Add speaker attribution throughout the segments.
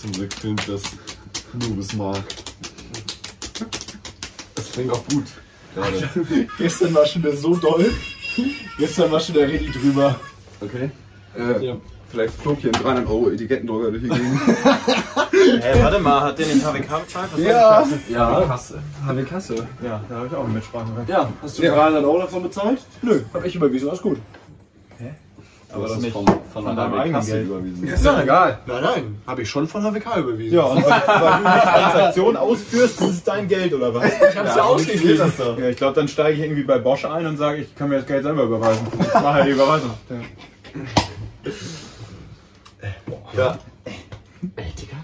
Speaker 1: zum Glück filmt das Nubis mal. Das klingt auch gut. Gerade.
Speaker 2: Gestern war schon der so doll. Gestern war schon der Redi drüber.
Speaker 1: Okay.
Speaker 3: Äh,
Speaker 2: Ja.
Speaker 3: Vielleicht flog hier ein 300 Euro Etikettendrucker durch die Gegend.
Speaker 4: Hey, warte mal, hat der den HWK-Betrag? Was
Speaker 2: Ja.
Speaker 1: Ja.
Speaker 4: Kasse.
Speaker 2: HW Kasse.
Speaker 4: Ja, da habe ich auch eine Mitsprache.
Speaker 2: Ja, hast du
Speaker 1: Ja.
Speaker 2: 300 Euro davon bezahlt? Nö, hab ich überwiesen, alles gut.
Speaker 4: Aber
Speaker 1: das
Speaker 4: das nicht
Speaker 1: von, von,
Speaker 4: von
Speaker 1: der
Speaker 4: deinem
Speaker 1: HB
Speaker 4: eigenen
Speaker 1: Kasse
Speaker 4: Geld.
Speaker 1: überwiesen.
Speaker 3: Ist doch egal.
Speaker 4: Nein, nein, habe ich schon von HWK überwiesen.
Speaker 2: Ja, und weil, weil du nicht
Speaker 4: Transaktion ausführst, ist es dein Geld oder was?
Speaker 2: ich hab's ja ausgegeben.
Speaker 5: Ja, ich glaube, dann steige ich irgendwie bei Bosch ein und sage, ich kann mir das Geld selber überweisen. Ich mache halt die Überweisung.
Speaker 4: Ja.
Speaker 1: Ey, Digga.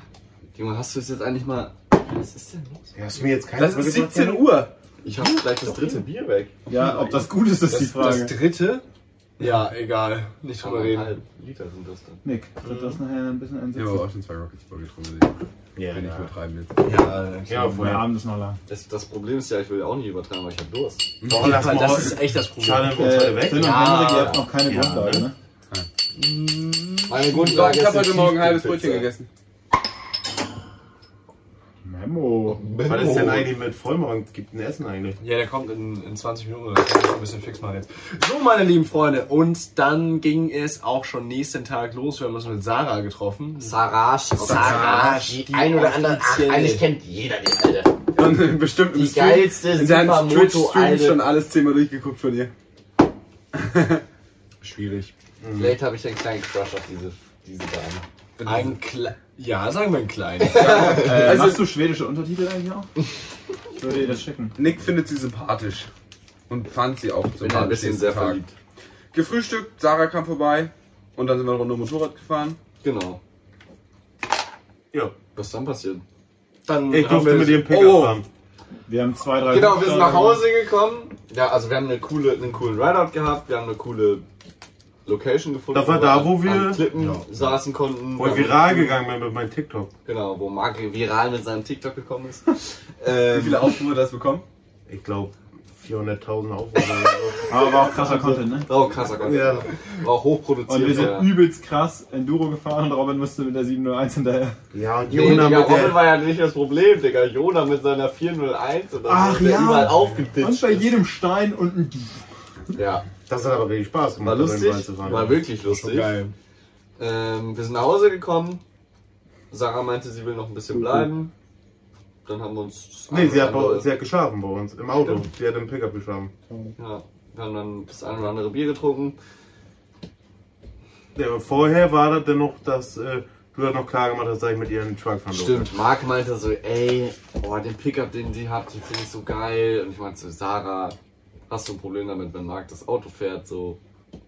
Speaker 1: Junge, hast du es jetzt eigentlich mal. Was ist denn los?
Speaker 3: Ja, ist mir jetzt kein
Speaker 4: Das ist 17 Uhr.
Speaker 1: Ich hab gleich das dritte Bier weg.
Speaker 5: Ja, ob das gut ist, ist die Frage.
Speaker 4: dritte? Ja, egal. Nicht drüber reden.
Speaker 1: Eineinhalb Liter sind das dann.
Speaker 5: Nick, wird das nachher ein bisschen
Speaker 3: Ich habe aber
Speaker 5: einsetzen?
Speaker 3: auch schon zwei Rockets Bowl getrunken. Wenn
Speaker 4: Ja,
Speaker 3: ich übertreiben jetzt.
Speaker 4: Ja,
Speaker 5: Ja, vorher Abend ist noch lang.
Speaker 1: Das, das Problem ist ja, ich will ja auch nicht übertreiben, aber ich hab Durst.
Speaker 4: Boah, das, das ist echt das Problem.
Speaker 5: Äh, Phil und
Speaker 1: Ja.
Speaker 5: Henrik, ihr habt noch keine Grundlage, ne?
Speaker 1: Meine Grundlage
Speaker 3: ich
Speaker 1: ist
Speaker 3: habe heute
Speaker 1: eine
Speaker 3: Morgen ein halbes
Speaker 1: Tiefkühlpizza.
Speaker 3: Brötchen gegessen.
Speaker 5: ne? Memo.
Speaker 6: Was ist denn eigentlich mit Vollmond? Gibt ein Essen eigentlich?
Speaker 4: Ja, der kommt in, in 20 Minuten oder so. Ich muss ein bisschen fix machen jetzt. So, meine lieben Freunde, und dann ging es auch schon nächsten Tag los. Wir haben uns mit Sarah getroffen.
Speaker 7: Sarasch,
Speaker 4: Sarasch,
Speaker 7: Sarasch, die
Speaker 4: die
Speaker 7: ein oder andere, ach,
Speaker 4: offizielle.
Speaker 7: eigentlich kennt jeder den, Alter.
Speaker 3: Und bestimmt im
Speaker 7: Die
Speaker 3: Stream-
Speaker 7: geilste
Speaker 3: in deinem
Speaker 7: Supermoto,
Speaker 3: Twitch-Stream
Speaker 7: Alter.
Speaker 3: schon alles zehnmal durchgeguckt von dir.
Speaker 4: Schwierig.
Speaker 7: Vielleicht habe ich einen kleinen Crush auf diese, diese Dame.
Speaker 4: Ein Kle Ja, sagen wir ein klein.
Speaker 5: Äh,
Speaker 3: Also-
Speaker 5: hast du schwedische Untertitel eigentlich auch? Ich würde dir das schicken.
Speaker 3: Nick findet sie sympathisch. Und fand sie auch sympathisch.
Speaker 1: Ich bin ein bisschen
Speaker 3: nächsten
Speaker 1: sehr
Speaker 3: Tag.
Speaker 1: verliebt.
Speaker 3: Gefrühstückt, Sarah kam vorbei. Und dann sind wir eine Runde Motorrad gefahren.
Speaker 1: Genau.
Speaker 6: Ja.
Speaker 1: Was ist dann passiert?
Speaker 4: Dann
Speaker 6: Ich
Speaker 4: haben
Speaker 6: durfte
Speaker 4: wir
Speaker 6: mit dem Pickup
Speaker 1: Oh.
Speaker 6: fahren.
Speaker 5: Wir haben zwei, drei
Speaker 1: Genau, wir sind
Speaker 5: Buchstaben.
Speaker 1: nach Hause gekommen. Ja, also wir haben eine coole, einen coolen Rideout gehabt, wir haben eine coole Location gefunden.
Speaker 6: Das war da, wo wir-
Speaker 1: an Klippen saßen konnten.
Speaker 6: Wo ich viral gegangen bin mit meinem TikTok.
Speaker 1: Genau, wo Marc viral mit seinem TikTok gekommen ist. Ähm,
Speaker 3: Wie viele Aufrufe hat das bekommen?
Speaker 6: Ich glaube 400.000 Aufrufe.
Speaker 5: Aber war auch krasser Content, ne?
Speaker 1: War auch oh, krasser Content. War
Speaker 6: Ja.
Speaker 1: auch
Speaker 5: Und wir
Speaker 1: hochproduziert.
Speaker 5: sind übelst krass Enduro gefahren und Robin musste mit der 701 hinterher.
Speaker 6: ja, und
Speaker 1: Nee, Digga,
Speaker 6: Jona mit
Speaker 1: Robin
Speaker 6: der...
Speaker 1: war ja nicht das Problem, Digga. Jona mit seiner 401 oder
Speaker 5: Ach
Speaker 1: so, der
Speaker 5: ja.
Speaker 1: überall
Speaker 5: Und
Speaker 1: aufgepitcht
Speaker 5: bei
Speaker 1: ist.
Speaker 5: jedem Stein und ein Dieb.
Speaker 1: Ja,
Speaker 6: Das hat aber wirklich Spaß gemacht,
Speaker 1: war lustig,
Speaker 6: Wald zu fahren.
Speaker 1: war wirklich lustig.
Speaker 4: Geil.
Speaker 1: Ähm, wir sind nach Hause gekommen. Sarah meinte, sie will noch ein bisschen bleiben. Dann haben wir uns. das
Speaker 6: Mhm. Nee,
Speaker 1: eine
Speaker 6: sie hat,
Speaker 1: oder
Speaker 6: bei,
Speaker 1: andere-
Speaker 6: sie hat geschlafen bei uns, im Auto.
Speaker 1: Stimmt.
Speaker 6: Sie hat im Pickup geschlafen.
Speaker 1: Ja, wir haben dann das ein oder andere Bier getrunken.
Speaker 6: Ja, aber vorher war das dann noch, dass äh, du hast noch klar gemacht hast, dass ich mit ihr in den Truck fahren durfte.
Speaker 1: Stimmt, Marc meinte so, ey, boah, den Pickup, den sie hat, den finde ich so geil. Und ich meinte so, Sarah, hast du ein Problem damit, wenn Marc das Auto fährt? So.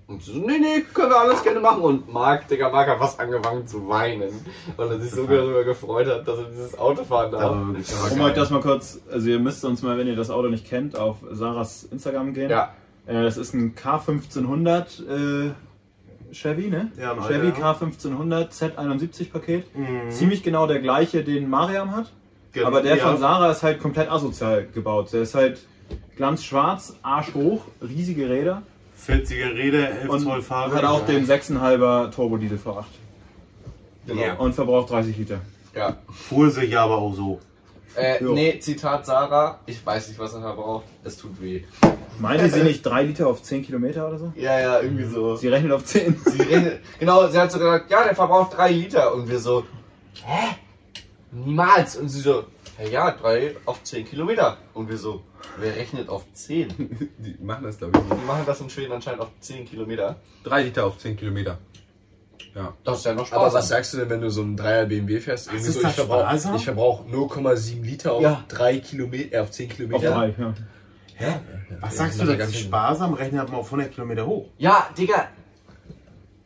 Speaker 1: Und sie so, nee, nee, können wir alles gerne machen. Und Marc, Digga, Marc hat fast angefangen zu weinen, weil er sich so darüber gefreut hat, dass er dieses Auto fahren darf.
Speaker 6: Aber wirklich, aber
Speaker 5: Um
Speaker 6: geil.
Speaker 5: euch das mal kurz, also ihr müsst uns mal, wenn ihr das Auto nicht kennt, auf Sarahs Instagram gehen.
Speaker 1: Ja.
Speaker 5: Äh, Es ist ein K1500 äh, Chevy, ne?
Speaker 6: Ja, ein
Speaker 5: Chevy
Speaker 6: alter, ja.
Speaker 5: K1500 Z71 Paket.
Speaker 6: Mhm.
Speaker 5: Ziemlich genau der gleiche, den Mariam hat.
Speaker 6: Gen-
Speaker 5: Aber der
Speaker 6: ja.
Speaker 5: von Sarah ist halt komplett asozial gebaut. Der ist halt glanzschwarz, Arsch hoch, riesige Räder.
Speaker 6: 40er Räder, 11
Speaker 5: Und
Speaker 6: Zoll Farbe.
Speaker 5: hat auch den 6,5er Turbodiesel V8.
Speaker 1: Genau.
Speaker 5: Und verbraucht 30 Liter.
Speaker 1: Ja.
Speaker 6: Fuhr sich ja aber auch so.
Speaker 1: Äh,
Speaker 5: Jo.
Speaker 1: nee, Zitat Sarah, ich weiß nicht, was er da braucht, es tut weh.
Speaker 5: Meinte sie nicht 3 Liter auf 10 Kilometer oder so?
Speaker 1: Ja, ja, irgendwie so.
Speaker 5: Sie rechnet auf 10.
Speaker 1: Sie redet, genau, sie hat so gesagt, ja, der verbraucht drei Liter. Und wir so, hä? Niemals. Und sie so, ja, ja, drei auf zehn Kilometer. Und wir so, wer rechnet auf zehn?
Speaker 3: Die machen das, glaube ich.
Speaker 1: Die machen das in Schweden anscheinend auf zehn Kilometer.
Speaker 3: Drei Liter auf 10 Kilometer.
Speaker 1: Das ist ja noch
Speaker 4: Aber
Speaker 1: Spaß.
Speaker 4: was sagst du denn, wenn du so einen 3er BMW fährst? Irgendwie
Speaker 6: ist
Speaker 4: so,
Speaker 6: das
Speaker 4: ich verbrauche
Speaker 6: sparsam?
Speaker 4: verbrauch 0,7 Liter auf
Speaker 1: Ja.
Speaker 4: drei Kilometer, äh, auf 10
Speaker 5: Auf
Speaker 4: Kilometer.
Speaker 5: 3, ja.
Speaker 6: Was sagst du,
Speaker 4: macht ja
Speaker 6: das
Speaker 4: ganz
Speaker 6: ist
Speaker 4: schön.
Speaker 6: sparsam? Rechnet man auf 100 Kilometer hoch.
Speaker 1: ja, Digga.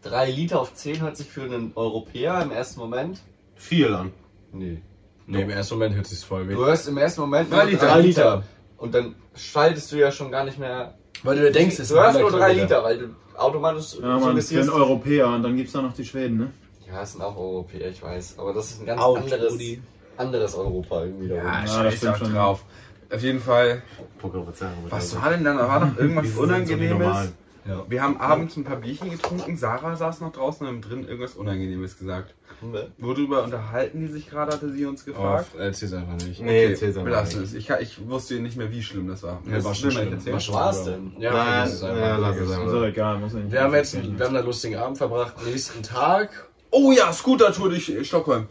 Speaker 1: Drei Liter auf zehn hört sich für einen Europäer im ersten Moment.
Speaker 6: Viel an.
Speaker 1: Nee.
Speaker 4: Nee, im ersten Moment hört sich's voll weh.
Speaker 1: Du hörst im ersten Moment
Speaker 4: Drei
Speaker 1: nur
Speaker 4: Liter.
Speaker 1: drei Liter. Und dann schaltest du ja schon gar nicht mehr.
Speaker 4: Weil du dir denkst, es
Speaker 1: Du hörst
Speaker 4: ein
Speaker 1: nur drei
Speaker 4: Kilometer.
Speaker 1: Liter, weil du automatisch
Speaker 5: Ja, Mann, für
Speaker 1: suggerierst,
Speaker 5: einen Europäer und dann gibt's da noch die Schweden, ne?
Speaker 1: Ja, es sind auch Europäer, ich weiß. Aber das ist ein ganz
Speaker 4: Autsch,
Speaker 1: anderes,
Speaker 4: Rudi.
Speaker 1: anderes Europa irgendwie da
Speaker 3: Ja,
Speaker 1: oben.
Speaker 5: Ja, das
Speaker 3: scheiß
Speaker 5: stimmt
Speaker 3: auch
Speaker 5: schon.
Speaker 3: drauf. Auf jeden Fall.
Speaker 6: Guck, was sagen wir
Speaker 3: Was
Speaker 6: da.
Speaker 3: war denn dann? Da war noch irgendwas
Speaker 6: Die sind so die
Speaker 3: Unangenehmes.
Speaker 6: normalen.
Speaker 4: Ja.
Speaker 3: Wir haben abends ein paar Bierchen getrunken. Sarah saß noch draußen und haben drin irgendwas Unangenehmes gesagt.
Speaker 1: Ne?
Speaker 3: Worüber unterhalten die sich gerade, hatte sie uns gefragt.
Speaker 4: Oh, erzähl's einfach nicht.
Speaker 6: Nee, erzähl's einfach
Speaker 3: belassen
Speaker 6: nicht.
Speaker 3: es. Ich, ich wusste nicht mehr, wie schlimm das war.
Speaker 4: Ja, war schon
Speaker 3: Will man
Speaker 4: schlimm.
Speaker 3: nicht erzählen?
Speaker 4: War schon
Speaker 7: war's denn?
Speaker 4: Ja,
Speaker 6: Nein,
Speaker 4: vergiss äh, es einfach.
Speaker 6: ja, lass es
Speaker 5: Also
Speaker 6: einmal.
Speaker 5: egal, muss nicht.
Speaker 4: Wir haben jetzt wir haben einen lustigen Abend verbracht. Nächsten Tag.
Speaker 3: Oh ja, Scooter-Tour durch äh, Stockholm.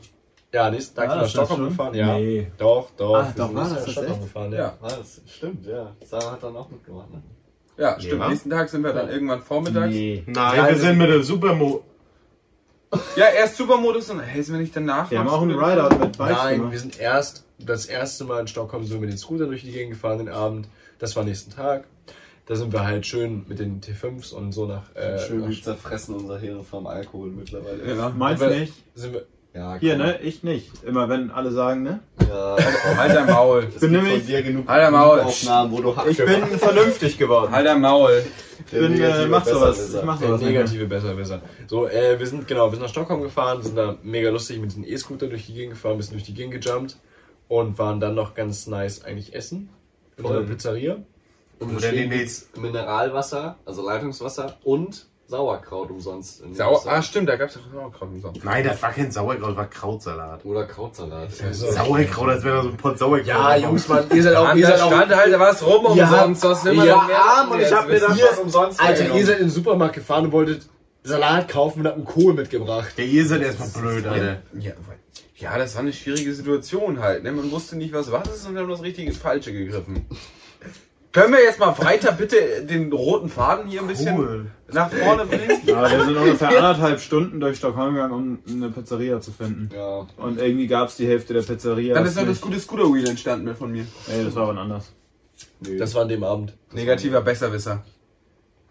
Speaker 4: Ja, nächsten Tag
Speaker 5: Ah,
Speaker 4: sind wir nach
Speaker 5: das war
Speaker 4: Stockholm
Speaker 5: schon?
Speaker 4: gefahren. Ja.
Speaker 5: Nee.
Speaker 4: Doch, doch.
Speaker 5: Ach,
Speaker 4: Wir sind
Speaker 5: doch, war
Speaker 4: nächsten
Speaker 5: das
Speaker 4: Tag
Speaker 5: das
Speaker 4: Stockholm
Speaker 5: echt?
Speaker 4: gefahren,
Speaker 3: Ja.
Speaker 4: ja.
Speaker 7: War das? Stimmt, ja. Sarah hat dann auch mitgemacht. Ne?
Speaker 3: Ja, stimmt.
Speaker 6: Ja.
Speaker 3: Nächsten Tag sind wir dann irgendwann vormittags.
Speaker 5: Nee.
Speaker 6: Nein, wir sind mit dem Supermo.
Speaker 3: Ja, erst Supermodus und hey, sind wir nicht danach?
Speaker 5: Wir haben
Speaker 3: noch
Speaker 5: auch einen
Speaker 3: Scooter
Speaker 5: Rideout mit Bikes
Speaker 4: Nein, wir
Speaker 5: gemacht.
Speaker 4: sind erst das erste Mal in Stockholm sind wir mit den Scooter durch die Gegend gefahren den Abend. Das war nächsten Tag. Da sind wir halt schön mit den T5s und so nach. Äh,
Speaker 7: Schön,
Speaker 4: nach
Speaker 7: wir zerfressen unsere Heere vom Alkohol mittlerweile.
Speaker 3: Ja.
Speaker 5: Meins
Speaker 4: Aber-
Speaker 5: nicht.
Speaker 4: sind wir,
Speaker 7: Ja,
Speaker 5: Hier,
Speaker 7: komm.
Speaker 5: ne? Ich nicht. Immer wenn alle sagen, ne?
Speaker 7: Ja,
Speaker 3: Halt dein Maul.
Speaker 7: es gibt
Speaker 5: bin nämlich- Halt
Speaker 7: von dir genug
Speaker 3: Alter Maul.
Speaker 7: Aufnahmen, wo du
Speaker 5: Ich bin vernünftig geworden.
Speaker 3: Halt dein Maul.
Speaker 5: Ich bin, äh, mach sowas. Ich mach
Speaker 4: Der
Speaker 5: sowas. nicht mehr.
Speaker 4: negative besser, besser. So, äh, wir sind, genau, wir sind nach Stockholm gefahren, sind da mega lustig mit den E-Scooter durch die Gegend gefahren, ein bisschen durch die Gegend gejumpt und waren dann noch ganz nice eigentlich essen in einer Pizzeria.
Speaker 1: Und
Speaker 6: Oder
Speaker 1: deswegen
Speaker 6: die
Speaker 1: gibt's Mineralwasser, also Leitungswasser und Sauerkraut umsonst. in dem
Speaker 3: Sau
Speaker 1: Restaurant.
Speaker 3: ah, stimmt, da gab's doch Sauerkraut im Sommer.
Speaker 6: Nein, das war kein Sauerkraut, das war Krautsalat.
Speaker 1: Oder Krautsalat.
Speaker 6: Sauerkraut, als wäre da so ein Pott Sauerkraut.
Speaker 4: Ja, Jungs, Mann, ihr seid auch,
Speaker 3: Mann,
Speaker 4: ihr
Speaker 3: da
Speaker 4: seid auch,
Speaker 3: stand halt, da war es rum
Speaker 4: Ja.
Speaker 3: umsonst. Was will man
Speaker 4: Ja,
Speaker 3: denn mehr
Speaker 4: arm
Speaker 3: wissen
Speaker 4: und ich
Speaker 3: jetzt?
Speaker 4: hab mir das-
Speaker 3: Wisst ihr?
Speaker 4: was
Speaker 1: umsonst.
Speaker 4: Alter, ihr seid in den Supermarkt gefahren und wolltet Salat kaufen und habt einen Kohl mitgebracht.
Speaker 6: Ja, ihr seid erstmal blöd, Alter.
Speaker 3: Ja, weil- ja, das war eine schwierige Situation halt. Ne? Man wusste nicht, was was ist und wir haben das richtige und Falsche gegriffen. Können wir jetzt mal weiter bitte den roten Faden hier ein bisschen
Speaker 6: Cool.
Speaker 3: nach vorne bringen?
Speaker 5: Ja, wir sind ungefähr anderthalb Stunden durch Stockholm gegangen, um eine Pizzeria zu finden.
Speaker 1: Ja.
Speaker 5: Und irgendwie gab es die Hälfte der Pizzeria.
Speaker 3: Dann ist noch das
Speaker 5: nicht.
Speaker 3: gute Scooter-Wheel entstanden mit von mir.
Speaker 5: Ey, das war wann anders.
Speaker 1: Nee.
Speaker 4: Das war an dem Abend.
Speaker 3: Negativer Besserwisser.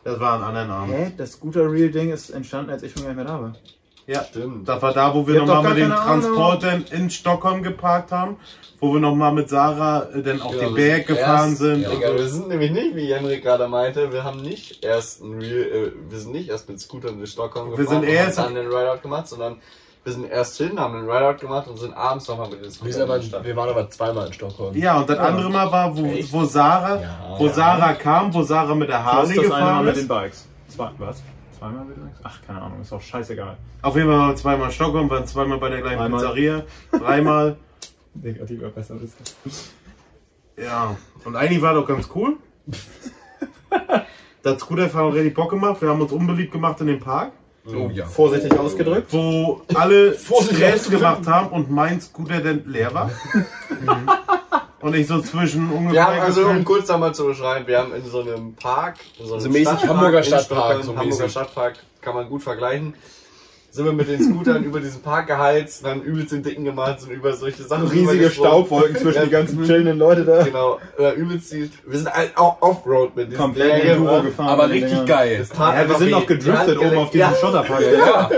Speaker 6: Das war an anderen Abend.
Speaker 5: Hä? Das Scooter Real Ding ist entstanden, als ich schon gar nicht mehr da war.
Speaker 6: Ja,
Speaker 1: Stimmt.
Speaker 6: Das war da, wo wir
Speaker 5: Ihr habt doch
Speaker 6: nochmal
Speaker 5: gar
Speaker 6: mit dem
Speaker 5: keine Ahnung.
Speaker 6: Transporter in, in Stockholm geparkt haben, wo wir nochmal mit Sarah äh, dann auf den Berg gefahren sind.
Speaker 1: Ja, genau. Digga, wir sind nämlich nicht, wie Henrik gerade meinte, wir haben nicht erst ein Real, äh, wir sind nicht erst mit Scootern in Stockholm
Speaker 6: Wir
Speaker 1: gefahren
Speaker 6: sind
Speaker 1: und
Speaker 6: erst-
Speaker 1: haben dann den Rideout gemacht, sondern wir sind erst hin, haben den Rideout gemacht und sind abends nochmal mit den
Speaker 4: Wir,
Speaker 1: Scootern
Speaker 4: sind
Speaker 1: in
Speaker 4: aber,
Speaker 1: die Stadt.
Speaker 4: wir waren aber zweimal in Stockholm.
Speaker 6: Ja, und das andere Mal war, wo, wo Sarah,
Speaker 4: Ja.
Speaker 6: wo Sarah kam, wo Sarah mit der
Speaker 5: Plus das
Speaker 6: Harley
Speaker 5: eine Mal
Speaker 6: gefahren
Speaker 5: mit
Speaker 6: ist.
Speaker 5: den Bikes. Zwei, was? Zweimal mit den Bikes? Ach, keine Ahnung, ist auch scheißegal.
Speaker 6: Auf jeden Fall waren wir zweimal in Stockholm, waren zweimal bei der gleichen
Speaker 5: Dreimal.
Speaker 6: Pizzeria, dreimal.
Speaker 5: Negativer besser ist.
Speaker 6: Ja, und eigentlich war doch ganz cool. Das Scooterfahren hat richtig Bock gemacht. Wir haben uns unbeliebt gemacht in dem Park,
Speaker 3: Oh ja.
Speaker 5: Vorsichtig ausgedrückt.
Speaker 6: wo alle Stress gemacht haben und mein Scooter dann leer war. und ich so zwischen
Speaker 1: Wir
Speaker 6: ungefähr
Speaker 1: haben also, um
Speaker 6: gefühlt-
Speaker 1: kurz nochmal zu beschreiben, wir haben in so einem Park, in so einem
Speaker 4: So Also mäßig Hamburger
Speaker 1: in
Speaker 4: Stadtpark,
Speaker 1: Stockholm,
Speaker 4: so
Speaker 1: Hamburger
Speaker 4: mäßig.
Speaker 1: Stadtpark, kann man gut vergleichen, sind wir mit den Scootern über diesen Park geheizt, haben übelst den Dicken gemacht, sind über solche Sachen rübergesprungen.
Speaker 5: zwischen
Speaker 1: Ja.
Speaker 5: die ganzen chillenden Leute da.
Speaker 1: Genau, oder übelst die, wir sind halt auch Offroad mit diesen
Speaker 5: Komplett
Speaker 1: Bergen,
Speaker 5: Enduro
Speaker 1: oder?
Speaker 5: gefahren.
Speaker 3: Aber
Speaker 5: die
Speaker 3: richtig
Speaker 5: Dinger.
Speaker 3: geil.
Speaker 1: Es tat
Speaker 5: Ja, wir
Speaker 1: einfach
Speaker 5: sind
Speaker 1: weh.
Speaker 5: noch gedriftet
Speaker 1: Die Hand
Speaker 5: oben auf diesem
Speaker 1: geleckt.
Speaker 5: Schotterpark.
Speaker 3: Ja.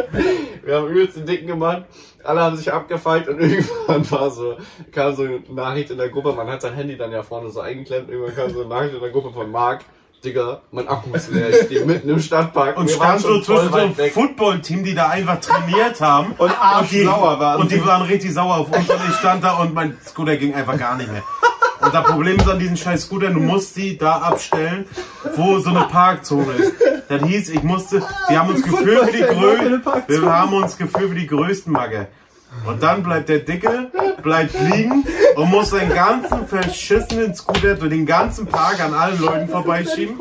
Speaker 1: Wir haben übelst den Dicken gemacht, alle haben sich abgefuckt und irgendwann war so, kam so eine Nachricht in der Gruppe, man hat sein Handy dann ja vorne so eingeklemmt, irgendwann kam so eine Nachricht in der Gruppe von Marc, Digga, mein Akku ist leer, ich stehe mitten im Stadtpark
Speaker 6: Und
Speaker 1: wir
Speaker 6: stand
Speaker 1: waren
Speaker 6: so
Speaker 1: schon voll
Speaker 6: zwischen so einem
Speaker 1: weit weg.
Speaker 6: Football-Team, die da einfach trainiert haben.
Speaker 5: Und arschsauer waren
Speaker 6: Und
Speaker 5: sie.
Speaker 6: die waren richtig sauer auf uns. Und ich stand da und mein Scooter ging einfach gar nicht mehr. Und das Problem ist an diesen scheiß Scootern, du musst sie da abstellen, wo so eine Parkzone ist. Das hieß, ich musste, wir haben uns gefühlt wie die größten, wir haben uns gefühlt wie die größten Magge. Und dann bleibt der Dicke, bleibt liegen und muss seinen ganzen verschissenen Scooter durch den ganzen Park an allen Leuten vorbeischieben.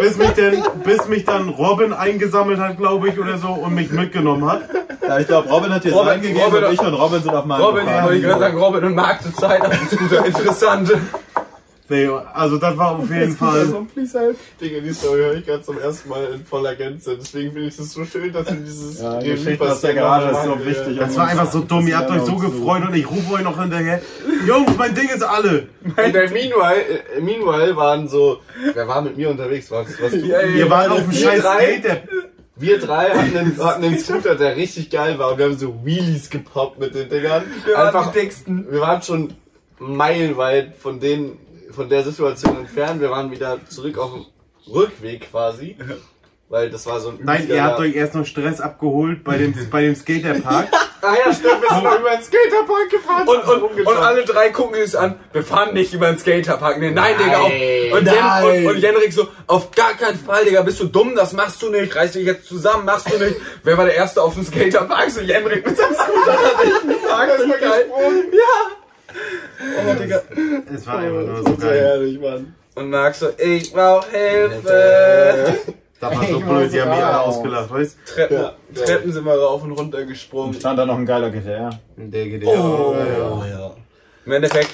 Speaker 6: Bis mich, denn, bis mich dann Robin eingesammelt hat, glaube ich, oder so, und mich mitgenommen hat.
Speaker 5: Ja, ich glaube, Robin hat dir
Speaker 3: Robin-
Speaker 5: reingegeben
Speaker 3: Robin-
Speaker 5: und ich und Robin sind auf meinem
Speaker 3: Robin,
Speaker 5: gefahren.
Speaker 3: ich wollte gerade sagen, Robin und Marc zur Zeit auf dem Scooter. Interessant.
Speaker 6: Nee, also das war auf jeden Fall.
Speaker 1: Digga, die Story höre ich gerade zum ersten Mal in voller Gänze, deswegen finde ich es so schön, dass in dieses
Speaker 5: Ja, die
Speaker 1: Revue
Speaker 5: Geschichte aus
Speaker 1: passiert
Speaker 5: der Garage ist
Speaker 1: nochmal
Speaker 5: so
Speaker 1: machen,
Speaker 5: wichtig.
Speaker 1: ja.
Speaker 6: Das war einfach so dumm, ihr habt euch so gefreut und ich rufe euch noch hinterher. Jungs, mein Ding ist alle.
Speaker 1: Und dann meanwhile, äh, meanwhile waren so, wer war mit mir unterwegs, was, was du?
Speaker 6: Ihr wart auf dem
Speaker 1: Wir
Speaker 6: scheiß
Speaker 1: drei?
Speaker 6: Date. der-
Speaker 1: Wir drei hatten einen, hatten einen Scooter, der richtig geil war und wir haben so Wheelies gepoppt mit den Dingern.
Speaker 3: Wir waren
Speaker 1: Einfach-
Speaker 3: die dicksten.
Speaker 1: wir waren schon meilenweit von den, von der Situation entfernt. Wir waren wieder zurück auf dem Rückweg quasi. Weil das war so ein
Speaker 6: Nein, ihr
Speaker 1: übelster-
Speaker 6: habt euch erst noch Stress abgeholt bei dem, bei dem Skaterpark.
Speaker 1: Ah ja, stimmt, wir sind noch über den Skaterpark gefahren.
Speaker 3: Und, und, und
Speaker 1: rumgefahren.
Speaker 3: alle drei gucken es an. Wir fahren nicht über den Skaterpark. Nee, nein, Digga. Auf, und,
Speaker 2: Nein.
Speaker 3: Jen, und, und Jenrik so, auf gar keinen Fall, Digga. Bist du dumm? Das machst du nicht. Reiß dich jetzt zusammen. Machst du nicht. Wer war der Erste auf dem Skaterpark? So Jenrik mit seinem Scooter.
Speaker 1: Park ist mal geil.
Speaker 3: Oh, Digga.
Speaker 6: Es war einfach nur so geil.
Speaker 3: Und Marc so, ich brauch Hilfe.
Speaker 6: Das war so blöd, die haben mich alle ausgelacht, weißt
Speaker 3: Treppen, Treppen sind wir rauf und runter gesprungen.
Speaker 5: Stand da noch ein geiler GTR.
Speaker 6: du? Der geht
Speaker 3: Oh,
Speaker 6: ja.
Speaker 4: ja.
Speaker 3: Im Endeffekt,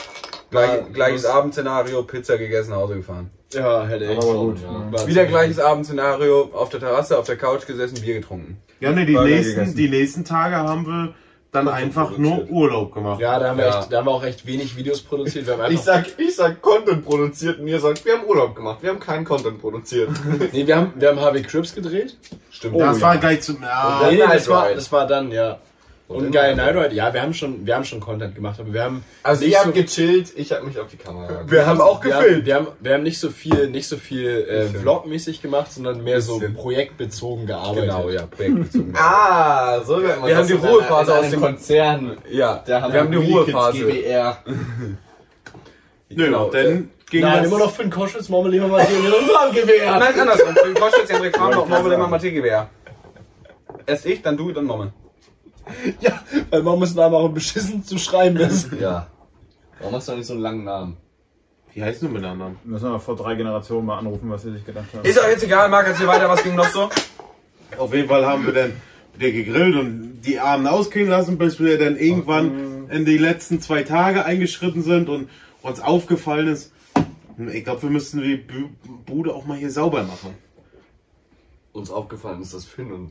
Speaker 3: gleich,
Speaker 4: Ah,
Speaker 3: gleiches
Speaker 4: muss-
Speaker 3: Abendszenario, Pizza gegessen, nach Hause gefahren.
Speaker 4: Ja, hätte ich
Speaker 5: Aber
Speaker 4: schon.
Speaker 5: gut.
Speaker 4: ja.
Speaker 3: Wieder gleiches Abendszenario, auf der Terrasse, auf der Couch gesessen, Bier getrunken.
Speaker 6: Ja, ne, die
Speaker 5: Burger
Speaker 6: nächsten,
Speaker 5: gegessen.
Speaker 6: die nächsten Tage haben wir dann einfach nur Urlaub gemacht.
Speaker 4: Ja, da haben, wir
Speaker 3: Ja.
Speaker 4: Echt, da haben wir auch echt wenig Videos produziert. Wir haben
Speaker 1: Ich
Speaker 4: einfach,
Speaker 1: sag, ich sag Content produziert und ihr sagt, wir haben Urlaub gemacht, wir haben keinen Content produziert.
Speaker 4: nee, wir haben, wir haben Harvey Crips gedreht. Oh,
Speaker 3: Stimmt.
Speaker 6: Das war gleich zu.
Speaker 1: Und
Speaker 6: Oh Ja,
Speaker 1: dann-
Speaker 4: nee,
Speaker 1: Night
Speaker 4: das war,
Speaker 1: Ride.
Speaker 4: das war dann, ja.
Speaker 1: dann
Speaker 4: Und geil,
Speaker 1: Night
Speaker 4: Night Ride. Ja, wir haben schon, wir haben schon Content gemacht, aber wir haben,
Speaker 1: Also
Speaker 4: Nicht
Speaker 1: ihr
Speaker 4: so-
Speaker 1: habt gechillt, ich hab mich auf die Kamera gesetzt.
Speaker 3: haben auch
Speaker 4: wir haben, wir haben, wir haben nicht so viel, nicht so viel äh,
Speaker 3: Bisschen.
Speaker 4: Vlog-mäßig gemacht, sondern mehr so
Speaker 3: Bisschen.
Speaker 4: projektbezogen gearbeitet.
Speaker 3: Genau, ja, projektbezogen.
Speaker 1: Ah, so wird man
Speaker 3: Wir haben
Speaker 1: das
Speaker 3: die
Speaker 1: in einer-
Speaker 3: Ruhephase
Speaker 1: in
Speaker 3: aus
Speaker 1: einem
Speaker 3: dem-
Speaker 1: Konzern.
Speaker 3: Ja,
Speaker 1: Da
Speaker 3: wir haben die Ruhephase.
Speaker 1: GBR.
Speaker 6: nö,
Speaker 3: genau.
Speaker 6: dann ging
Speaker 4: Nein,
Speaker 6: das.
Speaker 4: immer noch für den Koschwitz Mommel nehmen wir mal hier ein Gewehr.
Speaker 3: Nein, andersrum. Für den Koschwitz, Hendrik, fahren wir auf Mommel immer Matthigewehr. Erst ich, dann du, dann Mommel.
Speaker 4: Ja, weil Mommels Name auch beschissen zu schreiben ist.
Speaker 1: Ja. Warum hast du nicht so einen langen Namen?
Speaker 6: Wie heißt du mit anderen?
Speaker 5: Müssen wir vor drei Generationen mal anrufen, was sie sich gedacht haben.
Speaker 3: Ist auch jetzt egal, Marc, erzähl weiter, was ging noch so?
Speaker 6: Auf jeden Fall haben wir dann wieder gegrillt und die Abende ausklingen lassen, bis wir dann irgendwann in die letzten zwei Tage eingeschritten sind und uns aufgefallen ist, hm, ich glaube, wir müssten die Bu- Bude auch mal hier sauber machen.
Speaker 1: Uns aufgefallen ist, dass Finn und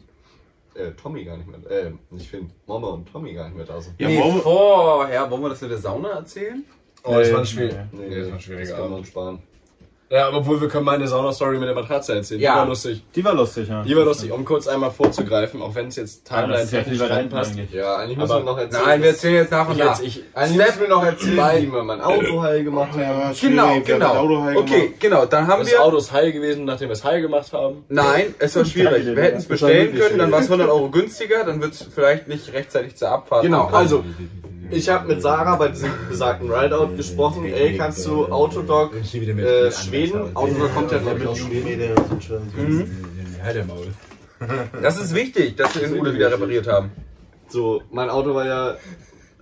Speaker 1: äh, Tommy gar nicht mehr, äh, nicht Finn, Mama und Tommy gar nicht mehr da sind.
Speaker 6: Ja, warum-
Speaker 3: vorher, wollen wir das mit der Sauna erzählen?
Speaker 4: Oh, das war ein Spiel.
Speaker 1: Nee,
Speaker 4: das war ein schwieriger
Speaker 1: das kann man uns sparen.
Speaker 4: Ja, aber obwohl wir können meine Sauna-Story mit der Matratze erzählen.
Speaker 3: Ja.
Speaker 4: Die war lustig.
Speaker 5: Die war lustig, ja.
Speaker 4: Die war lustig, um kurz einmal vorzugreifen, auch wenn es jetzt
Speaker 5: Ja, das
Speaker 4: timeline
Speaker 5: ist ja
Speaker 4: technisch
Speaker 5: viel weiter hinten
Speaker 4: reinpasst.
Speaker 5: eigentlich.
Speaker 1: Ja, eigentlich müssen
Speaker 4: Aber-
Speaker 1: wir noch erzählen.
Speaker 3: Nein, wir
Speaker 1: dass-
Speaker 3: erzählen jetzt nach und
Speaker 4: Ich
Speaker 3: nach.
Speaker 4: jetzt, ich, Äh,
Speaker 1: eigentlich müssen wir noch erzählen, wie wir mein Auto heil gemacht haben.
Speaker 6: Ja,
Speaker 3: Genau,
Speaker 6: schwierig, wir haben das Auto
Speaker 3: genau.
Speaker 6: heil
Speaker 3: Okay,
Speaker 6: gemacht.
Speaker 3: genau, dann haben
Speaker 4: das
Speaker 3: wir...
Speaker 4: Auto ist heil gewesen, nachdem wir es heil gemacht haben.
Speaker 3: Nein, es war schwierig. Wir hätten es bestellen können, dann war es 100 Euro günstiger, dann wird es vielleicht nicht rechtzeitig zur Abfahrt.
Speaker 1: Genau,
Speaker 3: ankommen.
Speaker 1: also ich habe mit Sarah bei diesem besagten Rideout gesprochen. Ey, kannst du Autodog äh, Schweden? Autodog kommt ja glaub ich aus Schweden.
Speaker 4: Ja, der Halt Maul.
Speaker 3: Das ist wichtig, dass wir den Ude wieder repariert haben.
Speaker 1: So, mein Auto war ja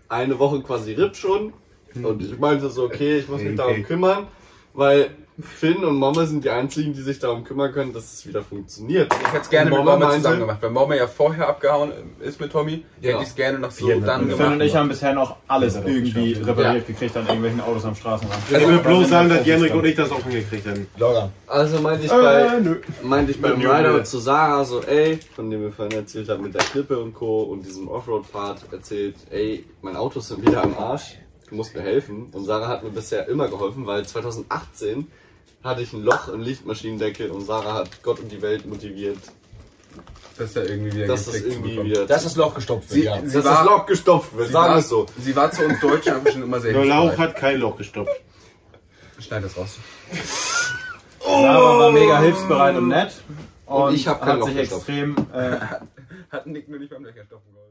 Speaker 1: eine Woche quasi RIP schon. Und ich meinte so, okay, ich muss mich darum kümmern, weil Finn und Mama sind die einzigen, die sich darum kümmern können, dass es wieder funktioniert.
Speaker 3: Ich hätte es gerne mit
Speaker 1: Mama
Speaker 3: Momme
Speaker 1: meinte-
Speaker 3: zusammen gemacht. Wenn Momme ja vorher abgehauen ist mit Tommy,
Speaker 1: Ja.
Speaker 3: hätte ich es gerne noch so dann
Speaker 5: Finn und
Speaker 3: gemacht.
Speaker 5: ich haben bisher noch alles irgendwie repariert gekriegt an irgendwelchen Autos am Straßenrand.
Speaker 3: Also
Speaker 6: Ich will bloß sagen, dass Jenrik und ich das auch hingekriegt haben.
Speaker 4: Laura.
Speaker 1: Also meinte ich
Speaker 5: Äh,
Speaker 1: bei, meinte ich beim Rider zu Sarah so, ey, von dem wir vorhin erzählt haben mit der Klippe und Co. und diesem Offroad-Part erzählt, ey, mein Auto ist wieder am Arsch, du musst mir helfen. Und Sarah hat mir bisher immer geholfen, weil 2018 hatte ich ein Loch im Lichtmaschinendeckel und Sarah hat Gott und die Welt motiviert,
Speaker 3: Dass da irgendwie wieder
Speaker 1: dass das
Speaker 3: geklickt
Speaker 1: irgendwie
Speaker 3: zubekommen.
Speaker 1: wieder,
Speaker 4: Das ist Loch gestopft. wird,
Speaker 3: Sie-
Speaker 4: ja.
Speaker 1: dass das Loch gestopft wird,
Speaker 3: sie
Speaker 1: sagen
Speaker 3: war,
Speaker 1: wir es so.
Speaker 3: Sie war zu uns Deutschen einfach schon immer sehr
Speaker 6: Der Lauch
Speaker 3: hilfsbereit.
Speaker 6: hat kein Loch gestopft.
Speaker 3: Schneid das raus.
Speaker 5: Sarah war mega hilfsbereit und nett. Und,
Speaker 1: ich hab kein
Speaker 5: hat
Speaker 1: Loch
Speaker 5: sich
Speaker 1: gestopft.
Speaker 5: extrem äh,
Speaker 3: Hat Nick nur nicht beim Löcherstoppen geholfen.